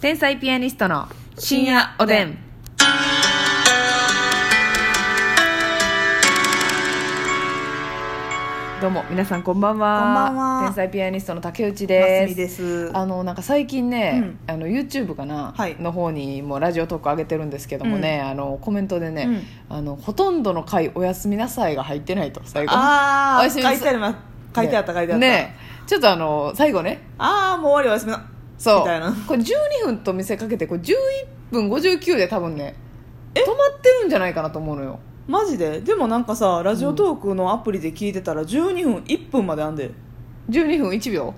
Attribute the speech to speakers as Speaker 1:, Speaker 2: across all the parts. Speaker 1: 天才ピアニストの深夜おでん。どうも皆さんこんばんは。
Speaker 2: こんばんは
Speaker 1: 天才ピアニストの竹内
Speaker 2: ます
Speaker 1: で
Speaker 2: み
Speaker 1: す。
Speaker 2: です
Speaker 1: あのなんか最近ね、あの YouTube かな、
Speaker 2: はい
Speaker 1: の方にもラジオトーク上げてるんですけどもね、あのコメントでね、あのほとんどの回おやすみなさいが入ってないと最後
Speaker 2: あ
Speaker 1: おや
Speaker 2: あ
Speaker 1: す
Speaker 2: 書
Speaker 1: み
Speaker 2: い
Speaker 1: なさい
Speaker 2: てあります書いてあった書いてあった
Speaker 1: ねちょっとあの最後ね
Speaker 2: ああもう終わりおやすみな
Speaker 1: そう
Speaker 2: みたいな
Speaker 1: これ12分と見せかけてこれ11分59で多分ね止まってるんじゃないかなと思うのよ
Speaker 2: マジででもなんかさラジオトークのアプリで聞いてたら12分1分まであんで
Speaker 1: 12分1秒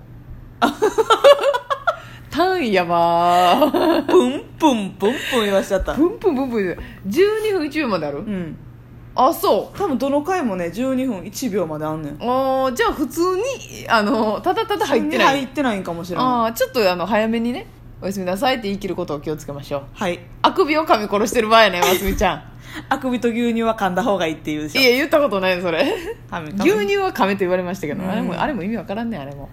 Speaker 1: 単位やばー
Speaker 2: プンプンプンプン言わしち ゃった
Speaker 1: ブンブンブンブン12分1秒まである、
Speaker 2: うん
Speaker 1: あそう
Speaker 2: 多分どの回もね12分1秒まであんねん
Speaker 1: あーじゃあ普通にあのただただ入ってない
Speaker 2: 入ってないんかもしれ
Speaker 1: あ
Speaker 2: な
Speaker 1: ーちょっとあの早めにねおやすみなさいって言い切ることを気をつけましょう
Speaker 2: いはい
Speaker 1: あくびを噛み殺してる場合やねますみちゃん
Speaker 2: あくびと牛乳は噛んだ方がいいって言うでし
Speaker 1: い
Speaker 2: ょ
Speaker 1: や言ったことないそれ
Speaker 2: 噛み噛み
Speaker 1: 牛乳は噛めと言われましたけど、
Speaker 2: うん
Speaker 1: あれもあれも意味わからんねあ れも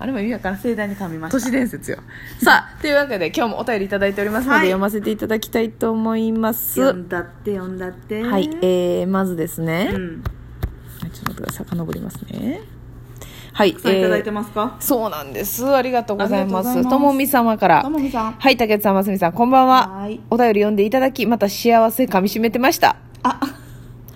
Speaker 1: あれも意味わからん
Speaker 2: 盛大に噛みま
Speaker 1: 都
Speaker 2: し
Speaker 1: 市伝説よさあというわけで今日もお便りいただいておりますので、
Speaker 2: はい
Speaker 1: 読ませていただきたいと思います
Speaker 2: た
Speaker 1: は
Speaker 2: 読んだって読んだって
Speaker 1: い、えー、まずですね、
Speaker 2: うん
Speaker 1: ちょっと待ってください遡りますねはい、
Speaker 2: たくさんいただい
Speaker 1: え
Speaker 2: てますか
Speaker 1: ーそうなんですありがとうございま
Speaker 2: ありがとうござい
Speaker 1: す
Speaker 2: ます
Speaker 1: ともみ様から
Speaker 2: ともみさん
Speaker 1: はい竹内さんますみさんこんばんは
Speaker 2: はい
Speaker 1: お便り読んでいただきまた幸せ噛みしめてました
Speaker 2: あ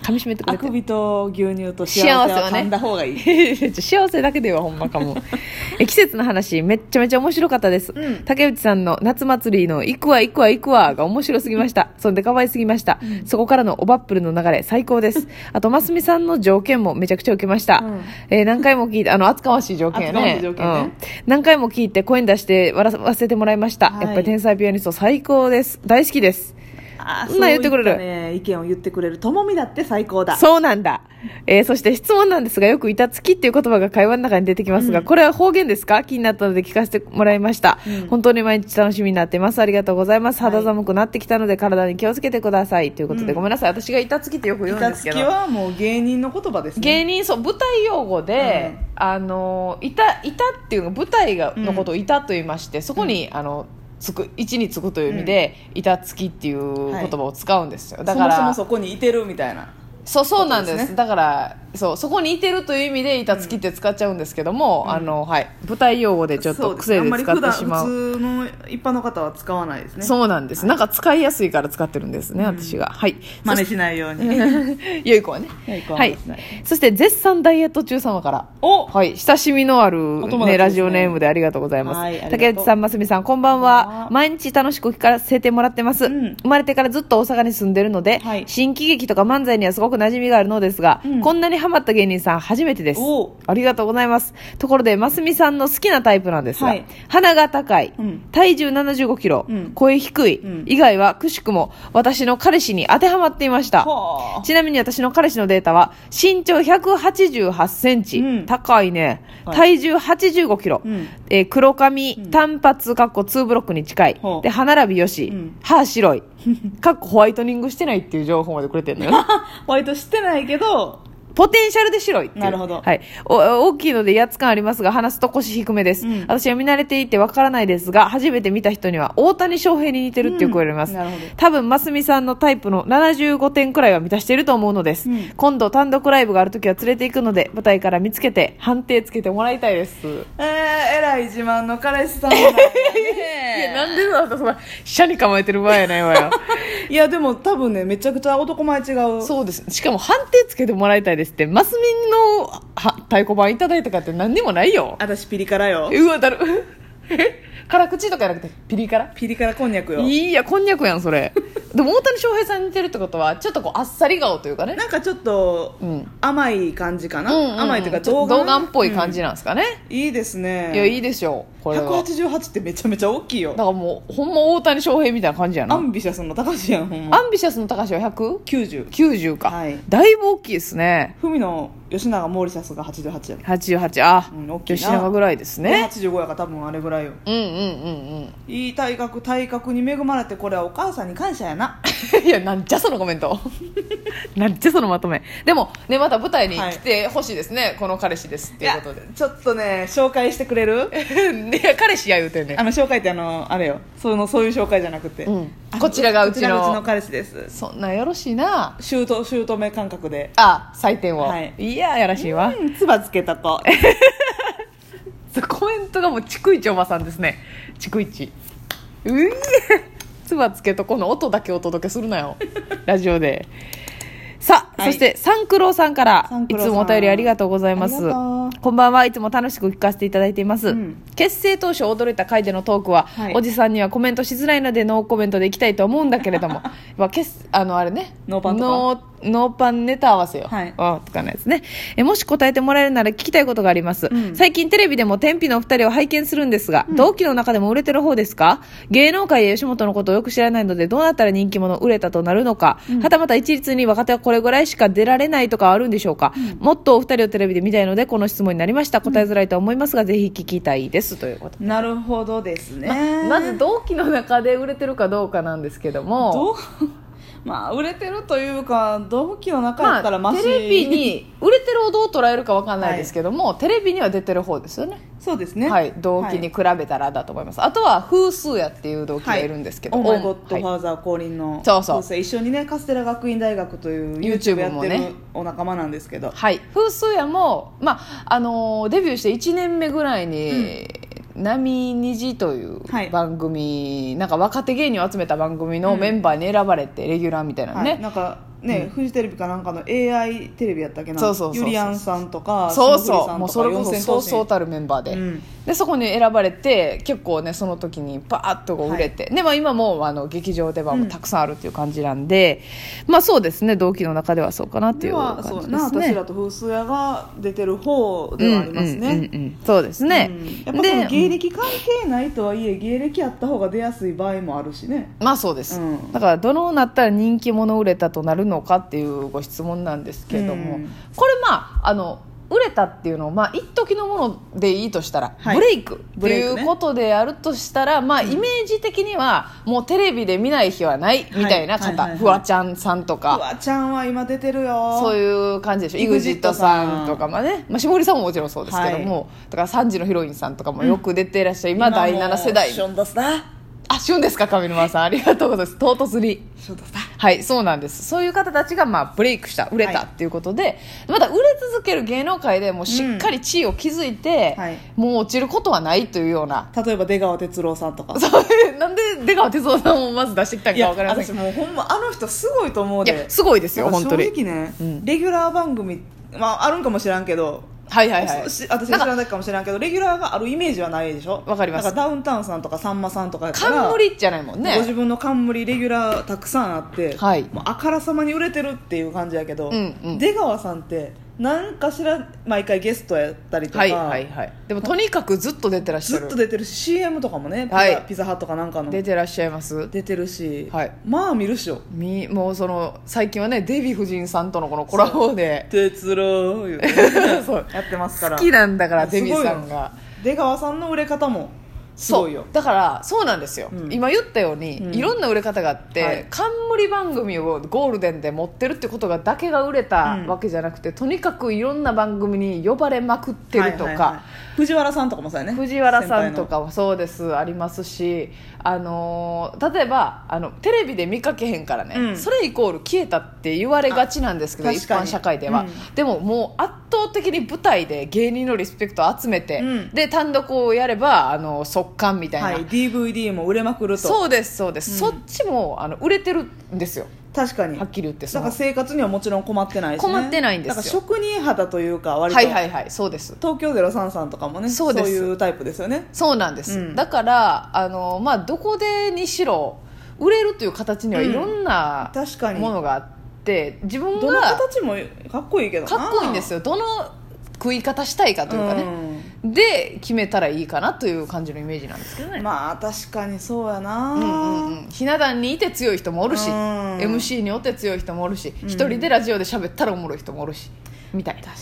Speaker 1: 噛みしめてく
Speaker 2: あ
Speaker 1: れて
Speaker 2: くびと牛乳と幸せ
Speaker 1: 幸せは
Speaker 2: は
Speaker 1: ね
Speaker 2: 噛んだ 方がいい、
Speaker 1: 幸せだけではほんまかも え季節の話めっちゃめちゃ面白かったです、
Speaker 2: うん
Speaker 1: 竹内さんの夏祭りの「行くわ行くわ行くわ」が面白すぎましたそんで可愛すぎました、そこからのおばっぷるの流れ最高です あとますみさんの条件もめちゃくちゃ受けました、
Speaker 2: うん
Speaker 1: えー何回も聞いてあの厚かましい条件やね
Speaker 2: 厚かましい条件ね
Speaker 1: うん何回も聞いて声に出して笑わせてもらいました、
Speaker 2: はい
Speaker 1: やっぱり天才ピアニスト最高です大好きです
Speaker 2: あー
Speaker 1: そんなん言ってくれる
Speaker 2: そういったね、意見を言ってくれるともみだって最高だ
Speaker 1: そうなんだ、えーそして質問なんですがよく「板つき」っていう言葉が会話の中に出てきますが、これは方言ですか気になったので聞かせてもらいました、本当に毎日楽しみになってますありがとうございます
Speaker 2: はい
Speaker 1: 肌寒くなってきたので体に気をつけてくださいということで、ごめんなさい私が「板つき」ってよく言うん
Speaker 2: 板
Speaker 1: です
Speaker 2: 付
Speaker 1: け
Speaker 2: き
Speaker 1: ど
Speaker 2: はもう芸人の言葉ですね
Speaker 1: 芸人そう舞台用語で、あの板板っていうの舞台がのことを板と言いまして、そこに、あのつく位置につくという意味で、板つきっていう言葉を使うんですよ、だから
Speaker 2: そもそもそこにいてるみたいな
Speaker 1: そうそうなんです
Speaker 2: ことですね
Speaker 1: だからそうそこにいてるという意味で板付きって使っちゃうんですけども、あのはい、舞台用語でちょっ
Speaker 2: そ
Speaker 1: と
Speaker 2: うです
Speaker 1: 癖で
Speaker 2: あんまり
Speaker 1: 使
Speaker 2: 普
Speaker 1: って
Speaker 2: 段
Speaker 1: しまうそう,、
Speaker 2: 普通の一般の方は使わないですね
Speaker 1: なんです、なんか使いやすいから使ってるんですね、私がはい
Speaker 2: 真
Speaker 1: そ
Speaker 2: 似
Speaker 1: し
Speaker 2: しないように
Speaker 1: 良い子はね
Speaker 2: 良い子は
Speaker 1: はい
Speaker 2: 真似しない
Speaker 1: そして絶賛ダイエット中様から
Speaker 2: お
Speaker 1: はい、親しみのある、
Speaker 2: お
Speaker 1: ね
Speaker 2: 友達ですね
Speaker 1: ラジオネームでありがとうございます、
Speaker 2: はいありがとう
Speaker 1: 竹内さんますみさんこんばん
Speaker 2: こんば
Speaker 1: は
Speaker 2: んは
Speaker 1: 毎日楽しく聞かせてもらってます、
Speaker 2: うん
Speaker 1: 生まれてからずっと大阪に住んでるので、
Speaker 2: はい
Speaker 1: 新喜劇とか漫才にはすごく馴染みがあるのですが、
Speaker 2: うん
Speaker 1: こんなにハマった芸人さん初めてです
Speaker 2: おう
Speaker 1: ありがとうございますところでますみさんの好きなタイプなんですが、
Speaker 2: はい
Speaker 1: 鼻が高い、
Speaker 2: うん
Speaker 1: 体重7 5キロ、
Speaker 2: うん
Speaker 1: 声低い、
Speaker 2: うん
Speaker 1: 以外はくしくも私の彼氏に当てはまっていました
Speaker 2: はあ
Speaker 1: ちなみに私の彼氏のデータは身長188センチ、
Speaker 2: うん
Speaker 1: 高いね、
Speaker 2: はい
Speaker 1: 体重85キロ、
Speaker 2: うん
Speaker 1: えー黒髪、短髪かっこ2ブロックに近い
Speaker 2: ほう
Speaker 1: で歯並びよし、
Speaker 2: うん
Speaker 1: 歯白いかっこホワイトニングしてないっていう情報までくれてるのよ
Speaker 2: ホワイトしてないけど
Speaker 1: ポテンシャルで白いっていう
Speaker 2: なるほど
Speaker 1: はい、お大きいので威圧感ありますが話すと腰低めです、
Speaker 2: うん
Speaker 1: 私は見慣れていてわからないですが初めて見た人には大谷翔平に似てるってよく言われます、
Speaker 2: うんなるほど
Speaker 1: 多分ますみさんのタイプの75点くらいは満たしていると思うのです、
Speaker 2: うん
Speaker 1: 今度単独ライブがある時は連れて行くので舞台から見つけて判定つけてもらいたいです、
Speaker 2: えー、えらい自慢の彼氏さんなんだ ね
Speaker 1: いやなんでなんだそんな社に構えてる場合やない わよ
Speaker 2: いやでも多分ねめちゃくちゃ男前違う
Speaker 1: そうですしかも判定つけてもらいたいですってますみんのは太鼓判いただいたかって何にもないよ
Speaker 2: 私ピリ辛よ
Speaker 1: うわだる え辛口とかじゃなくてピリ辛
Speaker 2: ピリ辛こんにゃくよ
Speaker 1: いやこんにゃくやんそれ でも大谷翔平さんに似てるってことはちょっとこうあっさり顔というかね
Speaker 2: なんかちょっと
Speaker 1: うん
Speaker 2: 甘い感じかな、
Speaker 1: うんうんうん
Speaker 2: 甘いというか
Speaker 1: ちょ
Speaker 2: 童
Speaker 1: っ
Speaker 2: 顔
Speaker 1: とっぽい感じなんですかね、
Speaker 2: うんいいですね
Speaker 1: いやいいでしょうこれはだか
Speaker 2: 188ってめちゃめちゃ大きいよ
Speaker 1: らもうほんま大谷翔平みたいな感じやな
Speaker 2: ア
Speaker 1: アン
Speaker 2: ンビシャスの高橋やんほんま
Speaker 1: ビシャスの高橋は190
Speaker 2: 90
Speaker 1: か、
Speaker 2: はい
Speaker 1: だいぶ大きいですね
Speaker 2: 文野吉永モーリシャスが88やん
Speaker 1: 88あ、
Speaker 2: うん大きいな
Speaker 1: 吉永ぐらいですね
Speaker 2: 85やから多分あれぐらいよ
Speaker 1: うんうんうんうん
Speaker 2: いい体格体格に恵まれてこれはお母さんに感謝やな
Speaker 1: うん いやなんじゃそのコメント なんじゃそのまとめでもねまた舞台に来てほしいですね、この彼氏ですっていうことで
Speaker 2: いやちょっとね紹介してくれる
Speaker 1: いや彼氏や言うてん ねん
Speaker 2: あの紹介ってあのあれよそのそういう紹介じゃなくて、
Speaker 1: うん
Speaker 2: あの
Speaker 1: こちらがうちの
Speaker 2: こちらがうちの彼氏です
Speaker 1: そんなんよろしいな
Speaker 2: 姑姑感覚で
Speaker 1: あ採点を、
Speaker 2: はい
Speaker 1: い、ややらしいわ、
Speaker 2: うんつばつけた子
Speaker 1: コメントがもう逐一おばさんですね逐一ういえつばつけとこの音だけお届けするなよラジオでさあ、
Speaker 2: はい
Speaker 1: そして三九郎さんから
Speaker 2: 三九
Speaker 1: い
Speaker 2: 郎
Speaker 1: つ
Speaker 2: さん
Speaker 1: もお便りありがとうございます
Speaker 2: ありがとう
Speaker 1: こんばんはいつも楽しく聞かせていただいています、
Speaker 2: うん
Speaker 1: 結成当初驚いた回でのトークは、
Speaker 2: はい
Speaker 1: おじさんにはコメントしづらいのでノーコメントでいきたいと思うんだけれ どもまあ結あのあれね
Speaker 2: ノーパンとか
Speaker 1: ノーノーパンネタ合わせよ、
Speaker 2: はい
Speaker 1: あとかのやつねえもし答えてもらえるなら聞きたいことがあります、
Speaker 2: うん
Speaker 1: 最近テレビでも天日のお二人を拝見するんですが、同期の中でも売れてる方ですか芸能界や吉本のことをよく知らないのでどうなったら人気者売れたとなるのか、はたまた一律に若手はこれぐらいしか出られないとかあるんでしょうか、もっとお二人をテレビで見たいのでこの質問になりました答えづらいとは思いますが、ぜひ聞きたいですということ
Speaker 2: なるほどですね、
Speaker 1: まず同期の中で売れてるかどうかなんですけども
Speaker 2: どう まあ売れてるというか同期の中や
Speaker 1: ま
Speaker 2: ったらマ
Speaker 1: あ、
Speaker 2: シ、
Speaker 1: テレビに売れてるをどう捉えるかわかんないですけども、テレビには出てる方ですよね
Speaker 2: そうですね
Speaker 1: はい、同期に比べたらだと思います、あとは風数やっていう同期がいるんですけど、
Speaker 2: オーマイゴッド
Speaker 1: は
Speaker 2: フ
Speaker 1: い
Speaker 2: ァーザー降臨の
Speaker 1: そうそう
Speaker 2: ですね一緒にねカステラ学院大学という
Speaker 1: YouTube
Speaker 2: YouTube やっ
Speaker 1: も
Speaker 2: て
Speaker 1: ね
Speaker 2: るお仲間なんですけど、
Speaker 1: はい、風数やも、まああのーデビューして1年目ぐらいに「波虹」という
Speaker 2: はい
Speaker 1: 番組、なんか若手芸人を集めた番組のメンバーに選ばれて、レギュラーみたいな
Speaker 2: は
Speaker 1: ね、
Speaker 2: い、なんかね、フジテレビかなんかの AI テレビやったっけな
Speaker 1: そうそうそうそう
Speaker 2: ゆりやんさんとか
Speaker 1: そう
Speaker 2: 霜降
Speaker 1: そ
Speaker 2: りさ
Speaker 1: うんも
Speaker 2: と
Speaker 1: う
Speaker 2: か
Speaker 1: それこそ
Speaker 2: 四千
Speaker 1: そう
Speaker 2: 頭身
Speaker 1: そうたるメンバーで,、
Speaker 2: うん
Speaker 1: でそこに選ばれて結構ねその時にバーッとこう売れて、でまあ、今もうあの劇場出番もたくさんあるっていう感じなんで、まあそうですね同期の中ではそうかなってい
Speaker 2: で
Speaker 1: う
Speaker 2: は
Speaker 1: 感
Speaker 2: そうや
Speaker 1: じで
Speaker 2: な
Speaker 1: す
Speaker 2: 私
Speaker 1: ね
Speaker 2: らと風水屋が出てる方ではありますね、
Speaker 1: うんうんうんうんそうですね、
Speaker 2: うんやっぱその芸歴関係ないとはいえ芸歴あった方が出やすい場合もあるしね
Speaker 1: まあそうです、
Speaker 2: うん
Speaker 1: だからどのなったら人気者売れたとなるのかっていうご質問なんですけれども、
Speaker 2: うん
Speaker 1: これまああの売れたっていうのをまあ一時のものでいいとしたら、
Speaker 2: はい
Speaker 1: ブレイクって
Speaker 2: ブレイ
Speaker 1: い
Speaker 2: クね
Speaker 1: うことであるとしたら、まあイメージ的にはもうテレビで見ない日はないみたいな
Speaker 2: はいはいはいは
Speaker 1: 方
Speaker 2: い
Speaker 1: フワちゃんさんと
Speaker 2: う
Speaker 1: か
Speaker 2: わちゃんは今出てるよ
Speaker 1: そう
Speaker 2: う
Speaker 1: いう感じでしょ EXIT さんとかもね、まあ、絞りさんももちろんそうですけども、だから3時のヒロインさんとかもよく出ていらっしゃる、今第7世代
Speaker 2: ションダスだ
Speaker 1: あ旬ですか上沼さんありがとうございます唐突に。
Speaker 2: ションダスだ
Speaker 1: はい、そうなんです。そういう方たちが、まあ、ブレイクした、売れた
Speaker 2: は
Speaker 1: っ
Speaker 2: い
Speaker 1: ていうことで、また売れ続ける芸能界でもうしっかり地位を築いて、
Speaker 2: はい
Speaker 1: もう落ちることはないというような、
Speaker 2: 例えば出川哲朗さんとか
Speaker 1: そういう、なんで出川哲朗さんをまず出してきたの
Speaker 2: い
Speaker 1: か
Speaker 2: や
Speaker 1: わかりません
Speaker 2: 私もうほんまあの人すごいと思う
Speaker 1: い
Speaker 2: で
Speaker 1: や、すごいですよ、
Speaker 2: なん
Speaker 1: 本
Speaker 2: か
Speaker 1: 当に。
Speaker 2: 正直ね、
Speaker 1: うん
Speaker 2: レギュラー番組、まあ、あるんかもしらんけど、
Speaker 1: はいはいはい。
Speaker 2: し私が知らないかもしれんけどレギュラーがあるイメージはないでしょ
Speaker 1: わかります
Speaker 2: なんかダウンタウンさんとかさんまさんとかやったら
Speaker 1: 冠じゃないもん
Speaker 2: ご自
Speaker 1: ね。
Speaker 2: 分の冠レギュラーたくさんあって、
Speaker 1: はい
Speaker 2: もうあからさまに売れてるっていう感じやけど、
Speaker 1: うんうん
Speaker 2: 出川さんって何かしら毎回ゲストやったりとか、
Speaker 1: はいはいはい。でも、とにかくずっと出てらっし
Speaker 2: ず
Speaker 1: ゃ
Speaker 2: っ
Speaker 1: る
Speaker 2: と。出てるし CM とかもねピザ,、
Speaker 1: はい
Speaker 2: ピザハットかなんかの
Speaker 1: 出てらっしゃいます。
Speaker 2: 出てるし、
Speaker 1: はい
Speaker 2: まあ見るっしょ
Speaker 1: みもうその最近はねデヴィ夫人さんとのこのコラボで
Speaker 2: 哲郎言うて
Speaker 1: そう
Speaker 2: やってますから
Speaker 1: 好きなんだから
Speaker 2: す
Speaker 1: デ
Speaker 2: ごい
Speaker 1: ヴ
Speaker 2: よ
Speaker 1: ィさんが
Speaker 2: 出川さんの売れ方もすごいよ
Speaker 1: そうだからそうなんですよ、
Speaker 2: うん
Speaker 1: 今言ったように、
Speaker 2: うん
Speaker 1: いろんな売れ方があって、
Speaker 2: はい
Speaker 1: 冠番組をゴールデンで持ってるってことがだけが売れた
Speaker 2: うん
Speaker 1: わけじゃなくて、とにかくいろんな番組に呼ばれまくってるとか、
Speaker 2: はいはいはい藤原さんとかもそうやね
Speaker 1: 藤原さんとかはそうですありますし、あのー例えばあのテレビで見かけへんからね、
Speaker 2: うん
Speaker 1: それイコール消えたって言われがちなんですけど
Speaker 2: あ
Speaker 1: 一
Speaker 2: 確かに
Speaker 1: 般社会では、
Speaker 2: うん
Speaker 1: でももう圧倒的に舞台で芸人のリスペクトを集めて、
Speaker 2: うん
Speaker 1: で単独をやればあの速乾みたいな、
Speaker 2: はい DVD も売れまくると
Speaker 1: そうですそうです、そっちもあの売れてるんですよ
Speaker 2: 確かに
Speaker 1: はっきり言ってそ
Speaker 2: だ
Speaker 1: の
Speaker 2: から生活にはもちろん困ってないし、ね、
Speaker 1: 困ってないんですよ
Speaker 2: だから職人肌というか割と、
Speaker 1: はいはいはいそうです
Speaker 2: 東京03さんとかもね
Speaker 1: そうです
Speaker 2: いうタイプですよね
Speaker 1: そうなんです、
Speaker 2: うん
Speaker 1: だからあの、まあ、どこでにしろ売れるという形には
Speaker 2: うん
Speaker 1: いろんな
Speaker 2: 確かに
Speaker 1: ものがあって、自分
Speaker 2: どの
Speaker 1: が
Speaker 2: 形もかっこいいけどな
Speaker 1: かっこいいんです
Speaker 2: よ
Speaker 1: よどの食い方したいかというかね、で決めたらいいかなという感じのイメージなんですけどね、
Speaker 2: まあ確かにそうや
Speaker 1: うんうん
Speaker 2: な、
Speaker 1: うん、ひな壇にいて強い人もおるし、
Speaker 2: うん
Speaker 1: MC におって強い人もおるし
Speaker 2: うん
Speaker 1: 一人でラジオで喋ったらおもろい人もおるしみたいな確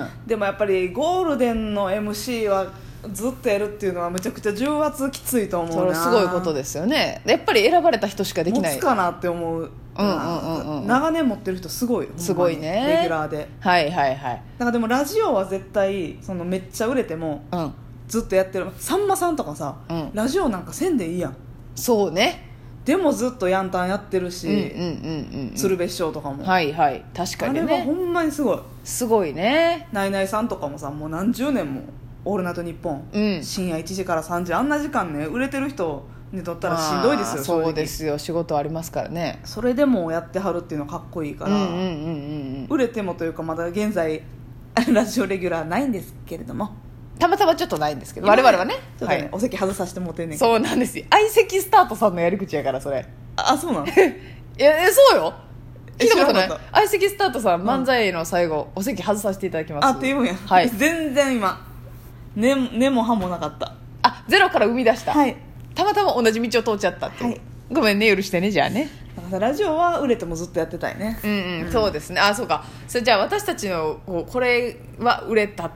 Speaker 1: かにうん
Speaker 2: でもやっぱりゴールデンの MC はずっとやるっていうのはめちゃくちゃ重圧きついと思
Speaker 1: そうれ
Speaker 2: な
Speaker 1: すごいこと
Speaker 2: で
Speaker 1: ですよねやっぱり選ばれた人しかできな
Speaker 2: 持
Speaker 1: い
Speaker 2: つかなって思
Speaker 1: う
Speaker 2: う,、
Speaker 1: んうんうんうん
Speaker 2: 長年持ってる人すごいほんまに
Speaker 1: すごいね
Speaker 2: レギュラーで
Speaker 1: はいはいはい
Speaker 2: なんかでもラジオは絶対そのめっちゃ売れても
Speaker 1: うん
Speaker 2: ずっとやってるさんまさんとかさ、
Speaker 1: うん
Speaker 2: ラジオなんかせんでいいやん
Speaker 1: そうね
Speaker 2: でもずっとヤンタンやってるし、
Speaker 1: うんうんうんうん
Speaker 2: 鶴瓶師匠とかも、
Speaker 1: はいはい確か
Speaker 2: あ
Speaker 1: に
Speaker 2: れはほ
Speaker 1: ね
Speaker 2: んまにすごい
Speaker 1: すごいね
Speaker 2: ナイナイさんとかもさもう何十年も「オールナイトニッポン」
Speaker 1: うん
Speaker 2: 深夜1時から3時あんな時間ね売れてる人にとったらしんどいです
Speaker 1: まあ
Speaker 2: よ正直
Speaker 1: そうですよ仕事ありますからね
Speaker 2: それでもやってはるっていうのはかっこいいか
Speaker 1: うん
Speaker 2: ら、
Speaker 1: うんうんうんうん
Speaker 2: 売れてもというかまだ現在 ラジオレギュラーないんですけれども
Speaker 1: たまたまちょっとないんですけど我々はね
Speaker 2: ちょっと
Speaker 1: は
Speaker 2: ね、
Speaker 1: い
Speaker 2: お席外させてもうてんねんけど
Speaker 1: そうなんですよ相席スタートさんのやり口やからそれ
Speaker 2: あそうなの
Speaker 1: いやえそうよ
Speaker 2: え
Speaker 1: 聞いたことな
Speaker 2: 知
Speaker 1: い
Speaker 2: らなかっ
Speaker 1: 相席スタートさん漫才の最後、お席外させていただきます
Speaker 2: あっていうんや、
Speaker 1: はい
Speaker 2: 全然今根、根も葉もなかった
Speaker 1: あゼロから生み出した、
Speaker 2: はい
Speaker 1: たまたま同じ道を通っちゃったっていう、
Speaker 2: はい
Speaker 1: ごめんね許してねじゃあね
Speaker 2: だからさラジオは売れてもずっとやってたいね
Speaker 1: うんうん、そうですねあそうかそれじゃあ私たちのこうこれは売れたっ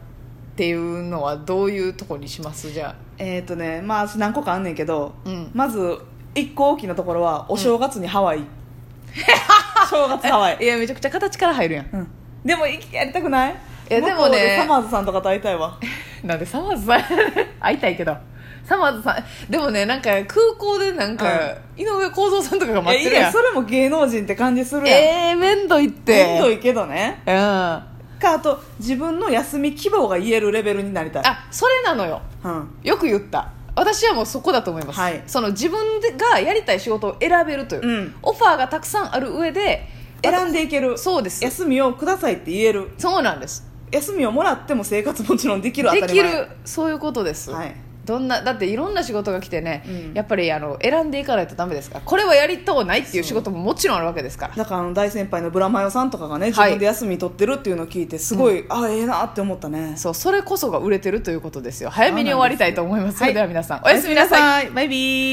Speaker 1: ていうのはどういうとこにしますじゃ
Speaker 2: えっ、ー、とねまあ何個かあんねんけど、
Speaker 1: うん
Speaker 2: まず一個大きなところはお正月にハ ワイ、正月ハワ
Speaker 1: あ
Speaker 2: イ、
Speaker 1: いやめちゃくちゃ形から入るやん
Speaker 2: うん、でも行きやりたくない
Speaker 1: いやでもね
Speaker 2: 向こうサマーズさんとかと会いたいわ
Speaker 1: なんでサマーズさん 会いたいけどサマーズさんでもねなんか空港でなんか、井上公造さんとかが待
Speaker 2: え
Speaker 1: っ
Speaker 2: い
Speaker 1: てる
Speaker 2: や
Speaker 1: やん
Speaker 2: それも芸能人って感じするやん、
Speaker 1: ええー、面倒いって
Speaker 2: めんどいけどね
Speaker 1: うんあ
Speaker 2: かあと自分の休み希望が言えるレベルになりたい
Speaker 1: それなのよ
Speaker 2: うん
Speaker 1: よく言った私はもうそこだと思います、
Speaker 2: はい
Speaker 1: その自分でがやりたい仕事を選べるという、
Speaker 2: うん
Speaker 1: オファーがたくさんある上で
Speaker 2: 選んでいける
Speaker 1: そうです
Speaker 2: 休みをくださいって言える
Speaker 1: そうなんです
Speaker 2: 休みをもらっても生活もちろんできる当
Speaker 1: で
Speaker 2: たり
Speaker 1: き
Speaker 2: 前
Speaker 1: るそういうことです、
Speaker 2: はい
Speaker 1: どんなだっていろんな仕事が来てね、
Speaker 2: うん
Speaker 1: やっぱりあの選んでいかないとダメですからこれはやりとうないっていう仕事ももちろんあるわけですから
Speaker 2: だからあの大先輩のブラマヨさんとかがね自分で休み取ってるっていうのを聞いてすごい、あええなって思ったね
Speaker 1: そうそれこそが売れてるということですよ早めに終わりたいと思います
Speaker 2: そう
Speaker 1: そ
Speaker 2: な
Speaker 1: れ
Speaker 2: んです
Speaker 1: では皆さんおやすみなさい
Speaker 2: いバイビー